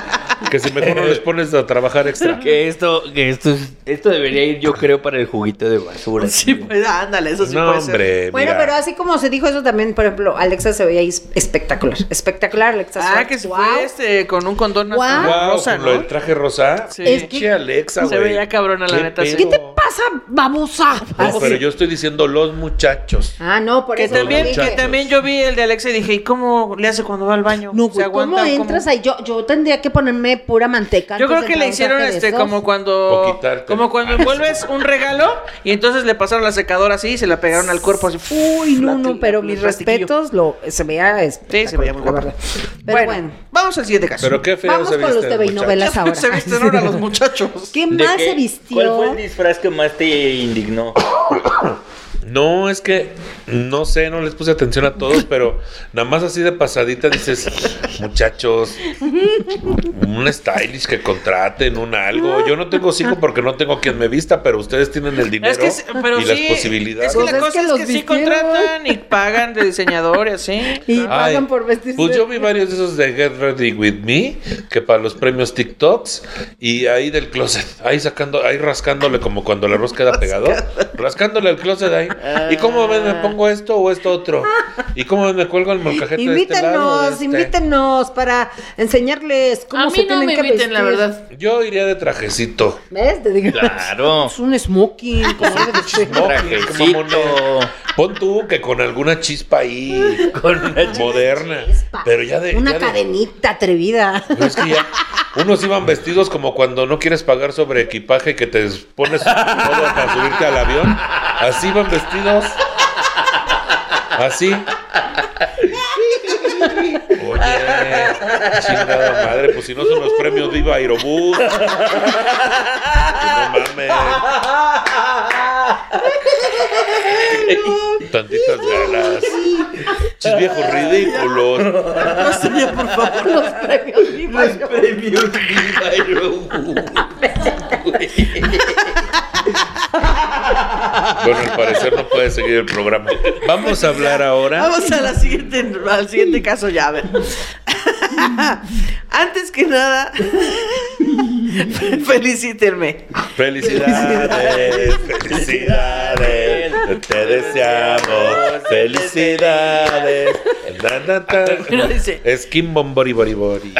Speaker 2: que si mejor no los pones a trabajar extra.
Speaker 3: Que esto, que esto, esto debería ir, yo creo, para el juguito de basura.
Speaker 4: <laughs> Sí, pues ándale, eso sí
Speaker 2: No,
Speaker 4: puede ser.
Speaker 2: hombre,
Speaker 1: Bueno,
Speaker 2: mira.
Speaker 1: pero así como se dijo eso también, por ejemplo, Alexa se veía es- espectacular. Espectacular, Alexa.
Speaker 4: Ah,
Speaker 1: Suárez.
Speaker 4: que se
Speaker 1: Wow.
Speaker 4: fue este con un condón
Speaker 1: Guau.
Speaker 4: hasta
Speaker 2: Guau,
Speaker 4: Ah, rosa,
Speaker 2: con lo
Speaker 4: ¿no?
Speaker 2: del traje rosa.
Speaker 4: Sí.
Speaker 1: Es que-
Speaker 2: Pinche Alexa,
Speaker 4: Se
Speaker 2: güey.
Speaker 4: veía cabrona, la neta, sí.
Speaker 1: ¿Qué
Speaker 2: pedo?
Speaker 1: te pasa, babosa?
Speaker 2: No, pero yo estoy diciendo los muchachos.
Speaker 1: Ah, no, por
Speaker 4: Que
Speaker 1: eso.
Speaker 4: también,
Speaker 1: dije.
Speaker 4: que también yo vi el de Alexa y dije, ¿y cómo le hace cuando va al baño?
Speaker 1: No,
Speaker 4: ¿Se
Speaker 1: güey, ¿cómo
Speaker 4: aguanta o
Speaker 1: entras ahí? Yo, yo tendría que ponerme pura manteca.
Speaker 4: Yo
Speaker 1: antes
Speaker 4: creo
Speaker 1: de
Speaker 4: que
Speaker 1: entrar a
Speaker 4: le
Speaker 1: un
Speaker 4: hicieron
Speaker 1: traje de
Speaker 4: este
Speaker 1: esos.
Speaker 4: como
Speaker 2: O
Speaker 4: cuando
Speaker 2: quitarte.
Speaker 4: como cuando
Speaker 2: Ah,
Speaker 4: envuelves un regalo y entonces le pasaron la secadora así y se la pegaron al cuerpo así.
Speaker 1: Uy, no,
Speaker 4: La-
Speaker 1: no,
Speaker 4: la-
Speaker 1: pero
Speaker 4: el
Speaker 1: mis
Speaker 4: plastiquillo.
Speaker 1: respetos, lo, se veía espectacular,
Speaker 4: Sí, se veía muy
Speaker 1: la
Speaker 4: guapa.
Speaker 1: verdad. Pero
Speaker 4: Bueno,
Speaker 1: bueno,
Speaker 4: vamos al siguiente caso.
Speaker 2: Pero qué feo
Speaker 1: Vamos
Speaker 2: se
Speaker 1: con
Speaker 2: visten
Speaker 1: los TV y
Speaker 2: muchachos.
Speaker 1: novelas ahora.
Speaker 4: se visten ahora los muchachos.
Speaker 1: ¿Qué
Speaker 3: ¿De
Speaker 1: más
Speaker 3: qué?
Speaker 1: se vistió?
Speaker 3: ¿Cuál fue el disfraz que más te indignó?
Speaker 2: No, es que no sé, no les puse atención a todos, pero nada más así de pasadita dices, muchachos, un stylish que contraten, un algo. Yo no tengo hijos porque no tengo quien me vista, pero ustedes tienen el dinero
Speaker 4: Es que, sí, pero
Speaker 2: y
Speaker 4: sí,
Speaker 2: las posibilidades.
Speaker 4: Es que
Speaker 1: Pues
Speaker 4: la
Speaker 1: es
Speaker 4: cosa
Speaker 1: que
Speaker 4: es que,
Speaker 1: los
Speaker 4: sí
Speaker 1: vistieron.
Speaker 4: contratan y pagan de diseñador y así.
Speaker 1: Y
Speaker 2: Ay,
Speaker 1: pagan por vestirse.
Speaker 2: Pues yo vi varios de esos de Get Ready With Me, que para los premios TikToks, y ahí del closet, ahí sacando, ahí rascándole como cuando el arroz queda pegado, rascándole el closet ahí. ¿Y cómo ven? ¿Me pongo esto o esto otro? ¿Y cómo ven? ¿Me cuelgo el molcajete de este lado? o
Speaker 1: Invítenos,
Speaker 2: de este?
Speaker 1: invítenos para enseñarles cómo
Speaker 4: A
Speaker 1: se
Speaker 4: mí no
Speaker 1: tienen
Speaker 4: me
Speaker 1: que
Speaker 4: inviten, la
Speaker 1: vestir.
Speaker 4: verdad.
Speaker 2: Yo iría de trajecito.
Speaker 1: ¿Ves? Te digo.
Speaker 3: Claro.
Speaker 1: Es un smoking, Este, como debe de ser.
Speaker 2: No, qué
Speaker 3: Trajecito.
Speaker 2: mamones. Pon tú que con alguna chispa ahí
Speaker 3: Con una
Speaker 2: <laughs>
Speaker 3: ch-
Speaker 2: moderna,
Speaker 1: Chispa.
Speaker 2: pero ya de
Speaker 1: Una
Speaker 2: ya de-
Speaker 1: cadenita
Speaker 2: <laughs>
Speaker 1: atrevida.
Speaker 2: Pero es que ya unos iban vestidos como cuando no quieres pagar sobre equipaje y que te pones todo para subirte al avión. Así iban vestidos. Así. Oye, chingada madre, pues si no son los premios Viva Aerobús. Pues no mames. Tantitas galas. Chis viejos ridículos.
Speaker 1: Los premios Viva
Speaker 3: Los premios Viva Aerobús, güey.
Speaker 2: Bueno, al parecer no puede seguir el programa. Vamos a hablar ahora.
Speaker 4: Vamos a la siguiente, al siguiente caso ya, a ver. <laughs> Antes que nada, <laughs>
Speaker 2: <laughs>
Speaker 4: felicítenme.
Speaker 2: Felicidades, felicidades, te deseamos, felicidades. Na, na, ta.
Speaker 4: Bueno, dice- eh,
Speaker 2: Skin bombori bori bori.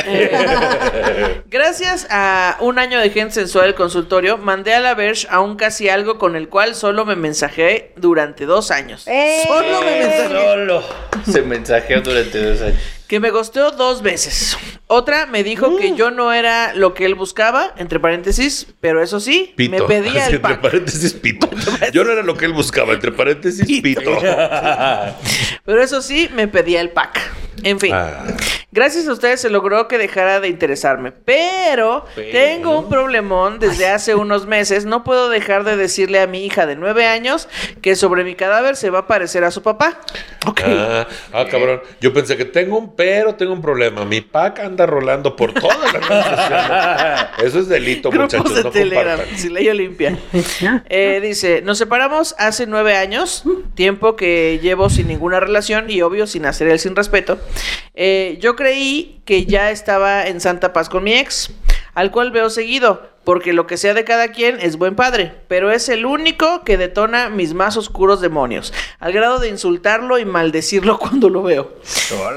Speaker 4: Gracias a un año de gente sensual del consultorio, mandé a la Verge a un casi algo con el cual solo me mensajé durante dos años.
Speaker 1: ¡Eh!
Speaker 4: Solo me mensajé.
Speaker 3: Solo se mensajeó durante dos años.
Speaker 4: Que me gosteó dos veces. Otra me dijo
Speaker 2: Mm.
Speaker 4: que yo no era lo que él buscaba, entre paréntesis, pero eso sí,
Speaker 2: Pito.
Speaker 4: me
Speaker 2: <laughs>
Speaker 4: pedía el
Speaker 2: entre
Speaker 4: pack.
Speaker 2: paréntesis,
Speaker 4: <laughs>
Speaker 2: pito. Yo no era lo que él buscaba, entre paréntesis, pito.
Speaker 4: Pero eso sí, me pedía el pack. En fin.
Speaker 2: Ah.
Speaker 4: Gracias a ustedes se logró que dejara de interesarme. Pero,
Speaker 3: Pero-
Speaker 4: tengo un problemón desde hace unos meses. No puedo dejar de decirle a mi hija de nueve años que sobre mi cadáver se va a parecer a su papá. Ok.
Speaker 2: Ah, ah, cabrón. Yo pensé que tengo un pero, tengo un problema. Mi pack anda rolando por todas las redes sociales.
Speaker 4: <laughs>
Speaker 2: Eso es delito,
Speaker 4: Grupos
Speaker 2: muchachos.
Speaker 4: de
Speaker 2: no
Speaker 4: Telegram,
Speaker 2: compartan.
Speaker 4: si leyó limpia. Eh, dice, nos separamos hace nueve años, tiempo que llevo sin ninguna relación y obvio sin hacer el sin respeto. Eh, yo creí que ya estaba en santa paz con mi ex, al cual veo seguido, porque lo que sea de cada quien es buen padre, pero es el único que detona mis más oscuros demonios, al grado de insultarlo y maldecirlo <laughs> cuando lo veo.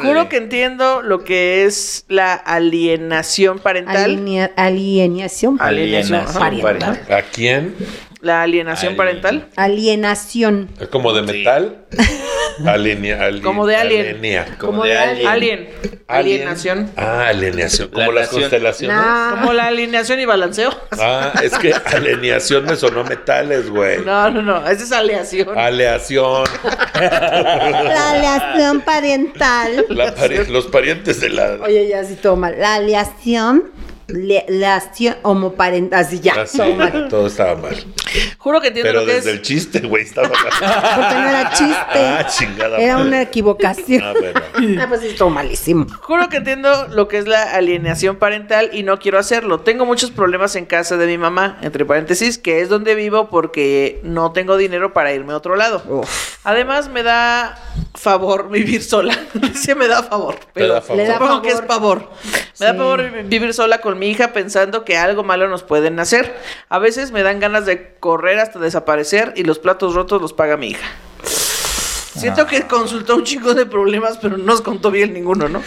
Speaker 4: Juro que entiendo lo que es la alienación parental.
Speaker 1: Alinea- alienación.
Speaker 3: Alienación
Speaker 1: Parental.
Speaker 3: parental.
Speaker 2: ¿A quién?
Speaker 4: La alienación
Speaker 3: Ali-
Speaker 4: parental.
Speaker 1: Alienación.
Speaker 2: Es como de metal. <laughs> Alinea, ali-
Speaker 4: Como de alien.
Speaker 2: alinea.
Speaker 3: Como de alien.
Speaker 4: Alien.
Speaker 2: Alien.
Speaker 4: Alienación.
Speaker 2: Ah, alineación. Como
Speaker 3: La
Speaker 2: las
Speaker 3: nación.
Speaker 2: constelaciones.
Speaker 1: Nah.
Speaker 4: Como la alineación y balanceo.
Speaker 2: Ah, es que alineación me sonó a metales, güey.
Speaker 4: No, no, no. Esa es aleación.
Speaker 2: Ah, Aleación.
Speaker 4: <laughs>
Speaker 1: La aleación parental.
Speaker 2: La pari- los parientes de la.
Speaker 1: Oye, ya sí toma. La aleación. le- La acción homoparental. Así ya.
Speaker 2: Así,
Speaker 1: Todo mal.
Speaker 2: <laughs> todo estaba mal.
Speaker 4: Juro que entiendo
Speaker 2: Pero
Speaker 4: lo que
Speaker 2: desde
Speaker 4: es.
Speaker 2: el chiste, güey, estaba mal.
Speaker 1: <laughs> Porque no era chiste.
Speaker 2: Ah, chingada
Speaker 1: Era
Speaker 2: madre.
Speaker 1: una equivocación.
Speaker 2: Ah, bueno.
Speaker 1: <laughs> Ah, pues sí, estuvo malísimo.
Speaker 4: Juro que entiendo lo que es la alienación parental y no quiero hacerlo. Tengo muchos problemas en casa de mi mamá, entre paréntesis, que es donde vivo porque no tengo dinero para irme a otro lado. Además, me da favor vivir sola. <laughs> Se me da favor. Pero
Speaker 2: da favor.
Speaker 1: Le da
Speaker 4: supongo que es
Speaker 1: favor.
Speaker 4: pavor. Me da
Speaker 1: Sí.
Speaker 4: pavor vi- vivir sola con mi hija pensando que algo malo nos pueden hacer. A veces me dan ganas de correr hasta desaparecer y los platos rotos los paga mi hija. Siento que consultó un chico de problemas, pero no nos contó bien ninguno, ¿no?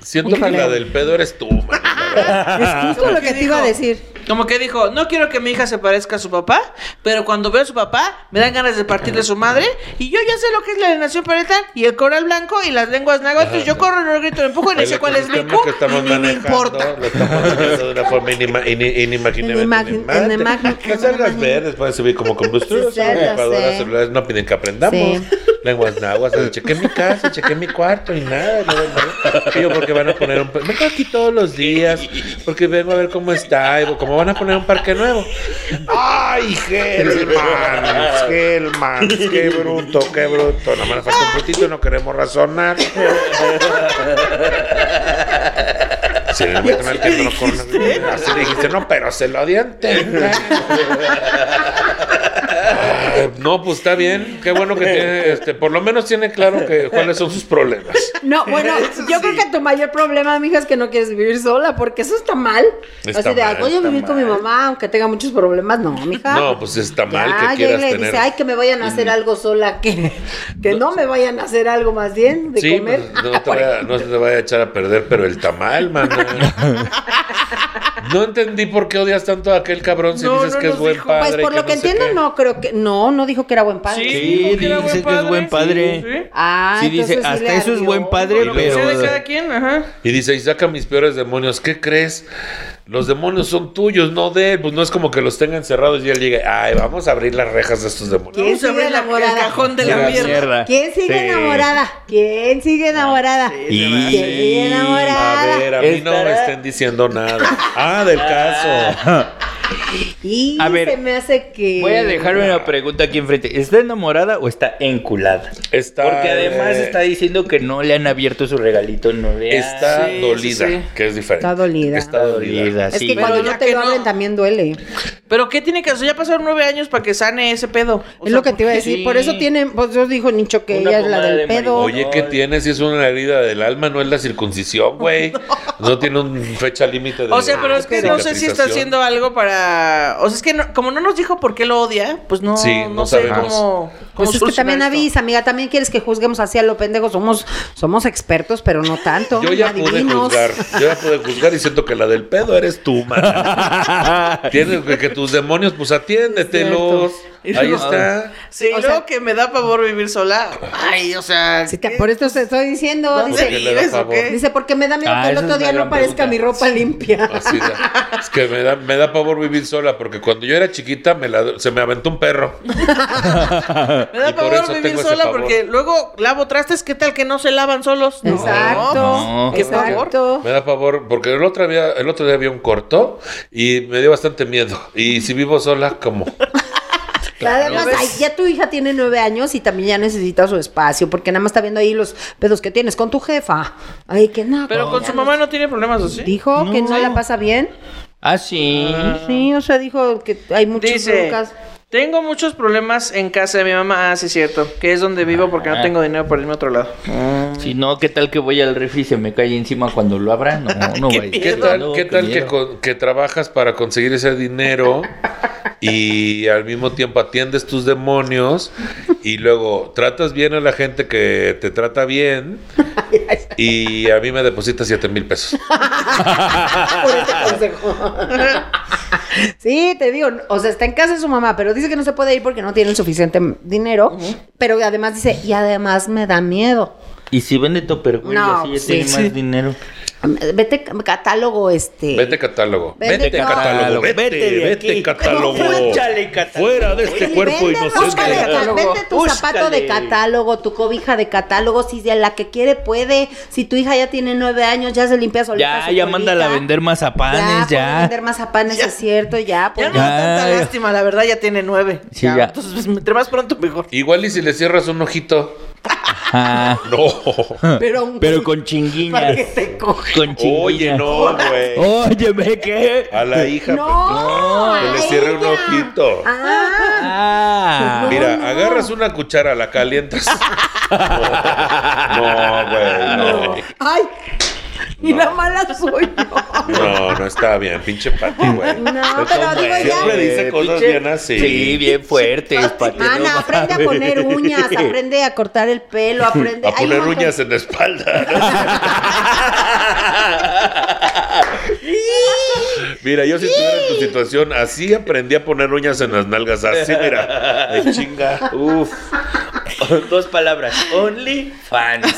Speaker 2: Siento que la del pedo eres tú, man.
Speaker 1: Es justo lo que te iba a
Speaker 4: Pues dijo-
Speaker 1: decir.
Speaker 4: Como que dijo, no quiero que mi hija se parezca a su papá, pero cuando veo a su papá, me dan ganas de partirle a su madre, y yo ya sé lo que es la alienación parental, y el coral blanco, y las lenguas náhuatl, entonces yo corro, no grito, lo empujo, y no sé cuál es mi
Speaker 2: ecosistema
Speaker 4: cu,
Speaker 2: que estamos
Speaker 4: y ni me
Speaker 2: manejando,
Speaker 4: importa.
Speaker 2: Lo estamos manejando de una forma inima- ini- inimaginable.
Speaker 1: Inimagin-
Speaker 2: Inimante.
Speaker 1: inimagin-
Speaker 2: Las algas verdes pueden servir como combustible.
Speaker 1: Sí,
Speaker 2: Son
Speaker 1: ya lo
Speaker 2: ocupadoras
Speaker 1: sé.
Speaker 2: celulares, no piden que aprendamos.
Speaker 1: Sí.
Speaker 2: <laughs> lenguas nahuas. así, Chequé mi casa, chequé mi cuarto y nada. No, no. Y yo, porque van a poner un. par- Vengo aquí todos los días porque vengo a ver cómo está. Y digo, ¿cómo van a poner un parque nuevo? ¡Ay, Gelmans! <laughs> Gelmans, qué bruto, qué bruto. Nada más nos falta un putito, no queremos razonar. Sí, me meten al que no lo corren. Así le dijiste, no, pero se lo di a entender. Ay, No, pues está bien. Qué bueno que tiene, este, por lo menos tiene claro que cuáles son sus problemas.
Speaker 3: <laughs>
Speaker 1: No, bueno, yo creo que tu mayor problema, mija, es que no quieres vivir sola, porque eso está mal.
Speaker 2: Está
Speaker 1: Así de,
Speaker 2: mal,
Speaker 1: "Ay, voy a
Speaker 3: está
Speaker 1: vivir con mi
Speaker 3: mal.
Speaker 1: mamá, aunque tenga muchos problemas. No, mija.
Speaker 2: No, pues está mal
Speaker 1: Ah, Ya,
Speaker 2: que quieras
Speaker 1: llega y le
Speaker 2: tener.
Speaker 1: dice, ay, que me vayan a hacer algo sola, que, que no me vayan a hacer algo más bien de
Speaker 2: sí,
Speaker 1: comer.
Speaker 2: pues, no, te vaya, no se te vaya a echar a perder, pero el tamal, mano. No entendí por qué odias tanto a aquel cabrón si
Speaker 4: No,
Speaker 2: dices
Speaker 4: no
Speaker 2: que es
Speaker 4: nos
Speaker 2: buen
Speaker 4: dijo.
Speaker 2: padre.
Speaker 1: Pues
Speaker 2: y
Speaker 1: por lo que
Speaker 2: no sé
Speaker 1: entiendo,
Speaker 2: qué.
Speaker 1: no creo que. No, no dijo que era buen padre.
Speaker 3: Sí, dice que es buen padre.
Speaker 1: Ah,
Speaker 3: Sí, dice,
Speaker 1: entonces
Speaker 3: hasta
Speaker 1: le
Speaker 3: eso es
Speaker 1: ardió.
Speaker 3: buen padre,
Speaker 4: Lo que sea de
Speaker 3: pero...
Speaker 4: cada quien, ajá.
Speaker 2: Y dice, y saca mis peores demonios. ¿Qué crees? Los demonios son tuyos, no de él. Pues no es como que los tenga encerrados y él llegue, ay, vamos a abrir las rejas de estos demonios.
Speaker 1: ¿Quién
Speaker 4: Vamos a
Speaker 1: sigue
Speaker 4: abrir la-
Speaker 1: enamorada?
Speaker 4: el cajón de
Speaker 3: De
Speaker 4: la
Speaker 3: la
Speaker 4: mierda.
Speaker 3: mierda. Ah,
Speaker 1: ¿Quién sigue
Speaker 3: Sí.
Speaker 1: enamorada? ¿Quién sigue enamorada?
Speaker 3: Y-
Speaker 1: Sigue
Speaker 2: A
Speaker 1: enamorada.
Speaker 2: ver, a mí no me
Speaker 3: Estará-
Speaker 2: estén diciendo nada. Ah, del caso.
Speaker 1: Y
Speaker 3: A ver,
Speaker 1: se me hace que.
Speaker 3: Voy a dejar una pregunta aquí enfrente. ¿Está enamorada o está enculada?
Speaker 2: Está,
Speaker 3: Porque además está diciendo que no le han abierto su regalito, no le han-
Speaker 2: está
Speaker 4: Sí, sí,
Speaker 2: dolida,
Speaker 4: sí.
Speaker 2: que es diferente.
Speaker 1: Está dolida.
Speaker 2: Está dolida.
Speaker 1: Es
Speaker 3: sí.
Speaker 1: que cuando
Speaker 4: Pero
Speaker 1: no
Speaker 4: ya
Speaker 1: te
Speaker 4: que
Speaker 1: lo
Speaker 4: no.
Speaker 1: abren también duele.
Speaker 4: Pero ¿qué tiene que hacer? Ya pasaron nueve años para que sane ese pedo. O
Speaker 1: es
Speaker 4: sea,
Speaker 1: lo que te iba a decir.
Speaker 3: sí.
Speaker 1: Por eso tiene. Pues yo dijo Nicho que
Speaker 3: Una
Speaker 1: ella es la
Speaker 3: pomada
Speaker 1: del
Speaker 3: de
Speaker 1: pedo.
Speaker 2: Oye,
Speaker 3: marihuana.
Speaker 2: ¿qué
Speaker 3: No.
Speaker 2: tiene si es una herida del alma? No es la circuncisión,
Speaker 4: <laughs>
Speaker 2: güey. No tiene un fecha límite de
Speaker 4: O sea,
Speaker 1: Ah,
Speaker 4: pero es que no sé si está
Speaker 2: cicatrización.
Speaker 4: haciendo algo para... O sea, es que no- como no nos dijo por qué lo odia, pues no,
Speaker 2: Sí,
Speaker 4: no,
Speaker 2: no
Speaker 4: sé
Speaker 2: sabemos.
Speaker 4: cómo...
Speaker 1: Pues
Speaker 4: cómo
Speaker 1: es que también
Speaker 4: solucionar esto.
Speaker 1: avisa, amiga, también quieres que juzguemos así a lo pendejo. Somos, somos expertos, pero no tanto.
Speaker 2: Yo ya pude
Speaker 1: adivinos.
Speaker 2: juzgar, yo ya pude juzgar y siento que la del pedo eres tú,
Speaker 4: <laughs>
Speaker 2: man. Tienes que, que tus demonios, pues atiéndetelos.
Speaker 4: Es cierto.
Speaker 2: Ahí está.
Speaker 4: Sí, y
Speaker 1: O
Speaker 4: luego
Speaker 1: sea-
Speaker 4: que me da favor vivir sola. Ay, o sea...
Speaker 1: Sí, te-
Speaker 4: ¿qué?
Speaker 1: por esto te estoy diciendo,
Speaker 4: ¿Dónde
Speaker 1: dice,
Speaker 2: Que le da
Speaker 4: vives o
Speaker 2: favor.
Speaker 4: qué?
Speaker 1: dice, porque me da miedo
Speaker 3: Ah,
Speaker 1: que el
Speaker 3: esa es
Speaker 1: otro día
Speaker 3: una
Speaker 1: no
Speaker 3: gran
Speaker 1: parezca mi
Speaker 3: pregunta.
Speaker 1: ropa
Speaker 3: <laughs>
Speaker 1: limpia.
Speaker 2: Así da. Es que me da, me da pavor vivir sola, porque cuando yo era chiquita me la- se me aventó un perro.
Speaker 4: Me da
Speaker 2: Y por eso
Speaker 4: pavor vivir
Speaker 2: tengo ese
Speaker 4: sola
Speaker 2: pavor.
Speaker 4: porque luego lavo trastes, ¿qué tal que no se lavan solos? No.
Speaker 1: Exacto,
Speaker 3: no,
Speaker 4: qué
Speaker 1: exacto.
Speaker 2: Me da pavor, porque el otro día, el otro día había un corto y me dio bastante miedo. Y si vivo sola, como
Speaker 1: Además, ay, ya tu hija tiene nueve años y también ya necesita su espacio, porque nada más está viendo ahí los pedos que tienes con tu jefa. Ay, que no.
Speaker 4: Pero
Speaker 1: que
Speaker 4: con
Speaker 1: ya
Speaker 4: su
Speaker 1: no-
Speaker 4: mamá no tiene problemas, ¿o sí?
Speaker 1: Dijo que no
Speaker 3: No.
Speaker 1: la pasa bien.
Speaker 3: Ah, sí.
Speaker 1: Sí, o sea, dijo que hay muchas
Speaker 4: Dice,
Speaker 1: broncas.
Speaker 4: tengo muchos problemas en casa de mi mamá. Ah, sí, cierto. Que es donde vivo porque
Speaker 3: Ah.
Speaker 4: no tengo dinero para irme a otro lado.
Speaker 3: Si no, ¿qué tal que voy al refri y se me cae encima cuando lo abra? No,
Speaker 2: <laughs>
Speaker 3: no vaya.
Speaker 2: ¿Qué tal, qué tal que, con- que trabajas para conseguir ese dinero y al mismo tiempo atiendes tus demonios y luego tratas bien a la gente que te trata bien y a mí me depositas 7 mil pesos?
Speaker 1: Por este consejo. <laughs> sí, te digo, o sea, está en casa de su mamá, pero dice que no se puede ir porque no tiene el suficiente dinero. Pero además dice, y además me da miedo.
Speaker 3: Y si vende Topperware,
Speaker 1: No,
Speaker 3: así ya
Speaker 1: sí,
Speaker 3: tiene
Speaker 1: sí.
Speaker 3: más dinero.
Speaker 1: Vete c- catálogo, este.
Speaker 2: Vete catálogo.
Speaker 1: Vete
Speaker 2: Vete,
Speaker 3: catálogo,
Speaker 2: catálogo. Vete,
Speaker 3: vete de
Speaker 2: vete,
Speaker 1: <laughs>
Speaker 3: aquí.
Speaker 2: catálogo.
Speaker 3: Échale catálogo.
Speaker 2: Fuera de
Speaker 1: Sí,
Speaker 2: este cuerpo
Speaker 1: vende ropa de
Speaker 2: inocente.
Speaker 1: catálogo. Vende tu
Speaker 3: Búscale.
Speaker 1: zapato de catálogo, tu cobija de catálogo. Si de la que quiere puede. Si tu hija ya tiene nueve años, ya se limpia solita.
Speaker 3: Ya,
Speaker 1: su
Speaker 3: ya
Speaker 1: colita.
Speaker 3: mándala a vender
Speaker 1: Ya,
Speaker 3: mazapanes, ya.
Speaker 1: ponle a vender mazapanes, es cierto, ya.
Speaker 4: Ya
Speaker 1: ponle-
Speaker 4: no da tanta
Speaker 3: Ya.
Speaker 4: lástima, la verdad ya tiene nueve.
Speaker 3: Sí, ya.
Speaker 4: Entonces, pues, entre más pronto mejor.
Speaker 2: Igual y si le cierras un ojito.
Speaker 3: Ajá.
Speaker 2: No.
Speaker 1: <laughs> Pero,
Speaker 3: Ah, Pero con
Speaker 1: para
Speaker 3: chinguiñas.
Speaker 1: que te coja.
Speaker 3: Con chinguiñas.
Speaker 2: Oye, no,
Speaker 3: Oh.
Speaker 2: güey.
Speaker 3: Óyeme, ¿qué?
Speaker 2: A la hija.
Speaker 1: No,
Speaker 2: Que le
Speaker 1: a
Speaker 2: cierre un
Speaker 1: ella.
Speaker 2: ojito.
Speaker 1: Ah,
Speaker 3: Ah.
Speaker 2: Mira,
Speaker 1: no.
Speaker 2: agarras una cuchara, la calientas. <laughs> No, güey, no.
Speaker 1: ay, y la mala soy yo.
Speaker 2: No, no está bien, pinche Pati, güey.
Speaker 1: No,
Speaker 2: Está
Speaker 1: pero
Speaker 2: tan
Speaker 1: digo,
Speaker 2: buena.
Speaker 1: ya-
Speaker 2: Siempre dice cosas
Speaker 3: Pinche-
Speaker 2: bien así.
Speaker 3: Sí, bien fuertes, Pati, no
Speaker 1: Ana, aprende a
Speaker 3: mames.
Speaker 1: poner uñas, aprende a cortar el pelo, aprende
Speaker 2: A
Speaker 1: Ay,
Speaker 2: poner
Speaker 1: no,
Speaker 2: uñas en la espalda. Mira, yo si estuviera en tu situación,
Speaker 3: <laughs>
Speaker 2: así aprendí a poner uñas en las nalgas, así, mira, de chinga.
Speaker 3: Uf. Dos palabras. Only fans.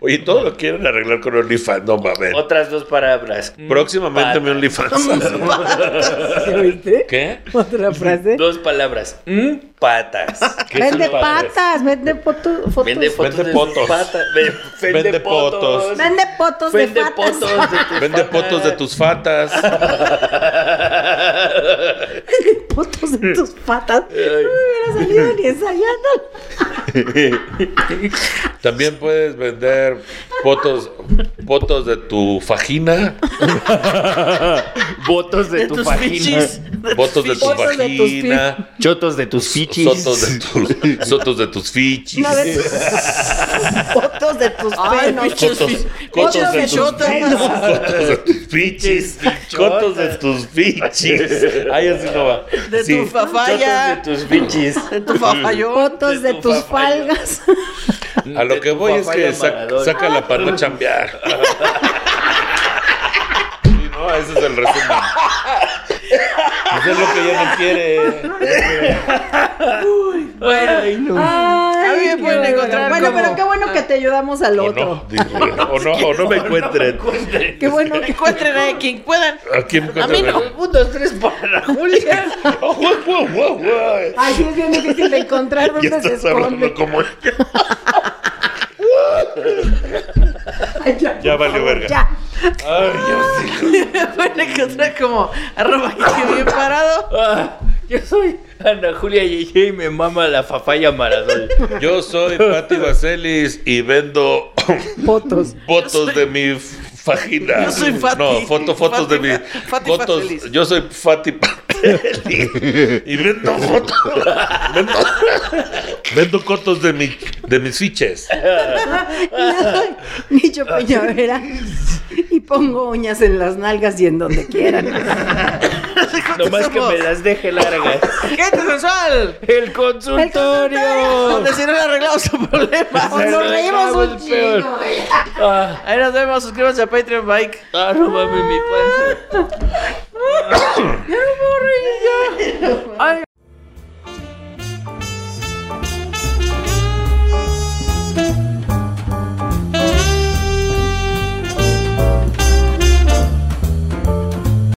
Speaker 2: Oye, todo lo quieren arreglar con OnlyFans, no mames.
Speaker 3: Otras dos palabras.
Speaker 2: Próximamente mi
Speaker 3: Patas.
Speaker 2: OnlyFans.
Speaker 1: ¿Sí oíste?
Speaker 2: ¿Qué?
Speaker 1: Otra frase.
Speaker 3: Dos palabras. Mm, Patas.
Speaker 2: ¿Qué
Speaker 1: Vende
Speaker 2: son patas?
Speaker 1: patas, vende foto- fotos.
Speaker 3: Vende fotos.
Speaker 2: Vende
Speaker 3: de
Speaker 2: potos.
Speaker 3: sus patas. Ve-
Speaker 2: Vende
Speaker 3: Vende
Speaker 2: potos.
Speaker 3: potos.
Speaker 1: Vende fotos de
Speaker 3: Vende
Speaker 1: patas.
Speaker 3: potos de tus
Speaker 2: Vende
Speaker 3: patas.
Speaker 2: fotos de tus fatas.
Speaker 1: <laughs> Fotos de tus patas. No
Speaker 3: Ay.
Speaker 1: me hubiera salido ni ensayando.
Speaker 2: También puedes vender fotos, fotos de tu vagina,
Speaker 3: Botos de,
Speaker 4: De
Speaker 3: tu
Speaker 4: tus
Speaker 3: vagina.
Speaker 4: fichis. de
Speaker 2: fotos de tu
Speaker 4: fichis.
Speaker 1: Fotos de tus
Speaker 2: vagina,
Speaker 3: Chotos de tus fichis.
Speaker 2: fotos de tus, fotos de tus fichis.
Speaker 1: No de tus fotos de tus
Speaker 4: Ay,
Speaker 1: pelos.
Speaker 4: pinches
Speaker 2: Fotos-
Speaker 4: fi-
Speaker 2: fotos
Speaker 4: pinches
Speaker 2: de tus-
Speaker 4: fichotas.
Speaker 2: Fotos de tus fichis, fotos de tus fichis. Ay, así no va.
Speaker 4: De
Speaker 2: Sí.
Speaker 4: tu
Speaker 3: Chotos de
Speaker 4: fafaya.
Speaker 3: tus fichis.
Speaker 4: De tu fafayón.
Speaker 1: Fotos
Speaker 3: de
Speaker 1: de
Speaker 3: tu
Speaker 1: tus
Speaker 3: papaya.
Speaker 1: falgas.
Speaker 2: A lo
Speaker 3: De
Speaker 2: que
Speaker 3: tu
Speaker 2: voy es
Speaker 3: papaya
Speaker 2: que sa-
Speaker 3: Maradona.
Speaker 2: saca la para no chambear. Sí, no, ese es el resumen. Eso Pues es lo que ella no quiere.
Speaker 4: Bueno,
Speaker 1: <laughs> Ay,
Speaker 4: Ahí me
Speaker 1: qué
Speaker 4: pueden
Speaker 1: bueno.
Speaker 4: encontrar
Speaker 1: Bueno,
Speaker 4: como-
Speaker 1: pero qué bueno que te ayudamos al
Speaker 2: O
Speaker 1: otro.
Speaker 2: no, digo, o no, o no me encuentren.
Speaker 1: Qué bueno que
Speaker 4: encuentren a quien puedan.
Speaker 2: Aquí me
Speaker 4: A mí
Speaker 2: encuentran.
Speaker 4: no. Un, dos, tres, para Julia.
Speaker 2: Oh, guau, guau, guau, guau.
Speaker 1: Ay, sí, es bien difícil de
Speaker 2: <laughs>
Speaker 1: encontrar
Speaker 2: Y
Speaker 1: dónde Ah, se
Speaker 2: estás hablando
Speaker 1: esconde.
Speaker 2: como ella.
Speaker 1: Ay, ya,
Speaker 2: Ya
Speaker 1: por
Speaker 2: valió
Speaker 1: favor,
Speaker 2: verga.
Speaker 1: Ya.
Speaker 2: Ay, Dios mío.
Speaker 4: Pueden encontrar como arroba que bien parado.
Speaker 3: Ah, yo soy Ana Julia Yeye y me mama la fafaya Maradona.
Speaker 2: Yo soy Pati Vaselis y
Speaker 4: <laughs>
Speaker 2: vendo
Speaker 1: Fotos.
Speaker 2: fotos
Speaker 4: Yo soy-
Speaker 2: de mi f- vagina.
Speaker 4: Yo soy Fati.
Speaker 2: No, foto, fotos de
Speaker 4: Fati-
Speaker 2: mi.
Speaker 4: Fati
Speaker 2: fotos-
Speaker 4: Vaselis.
Speaker 2: yo soy Fati Vaselis y vendo fotos. Vendo, vendo fotos de, mi, de mis fiches.
Speaker 1: Yo soy Nicho Peñavera. Y pongo uñas en las nalgas y en donde quieran.
Speaker 3: Nomás que
Speaker 4: Somos
Speaker 3: me las deje largas.
Speaker 4: Gente sensual.
Speaker 3: El consultorio.
Speaker 4: Donde si no le arreglamos su problema.
Speaker 1: <laughs> O
Speaker 3: <laughs>
Speaker 1: nos reímos
Speaker 3: Acabo el
Speaker 1: un
Speaker 3: peor.
Speaker 1: chingo.
Speaker 3: Ah,
Speaker 4: Ahí nos vemos. Suscríbanse a Patreon Bike.
Speaker 3: ah, no mames, mi panza.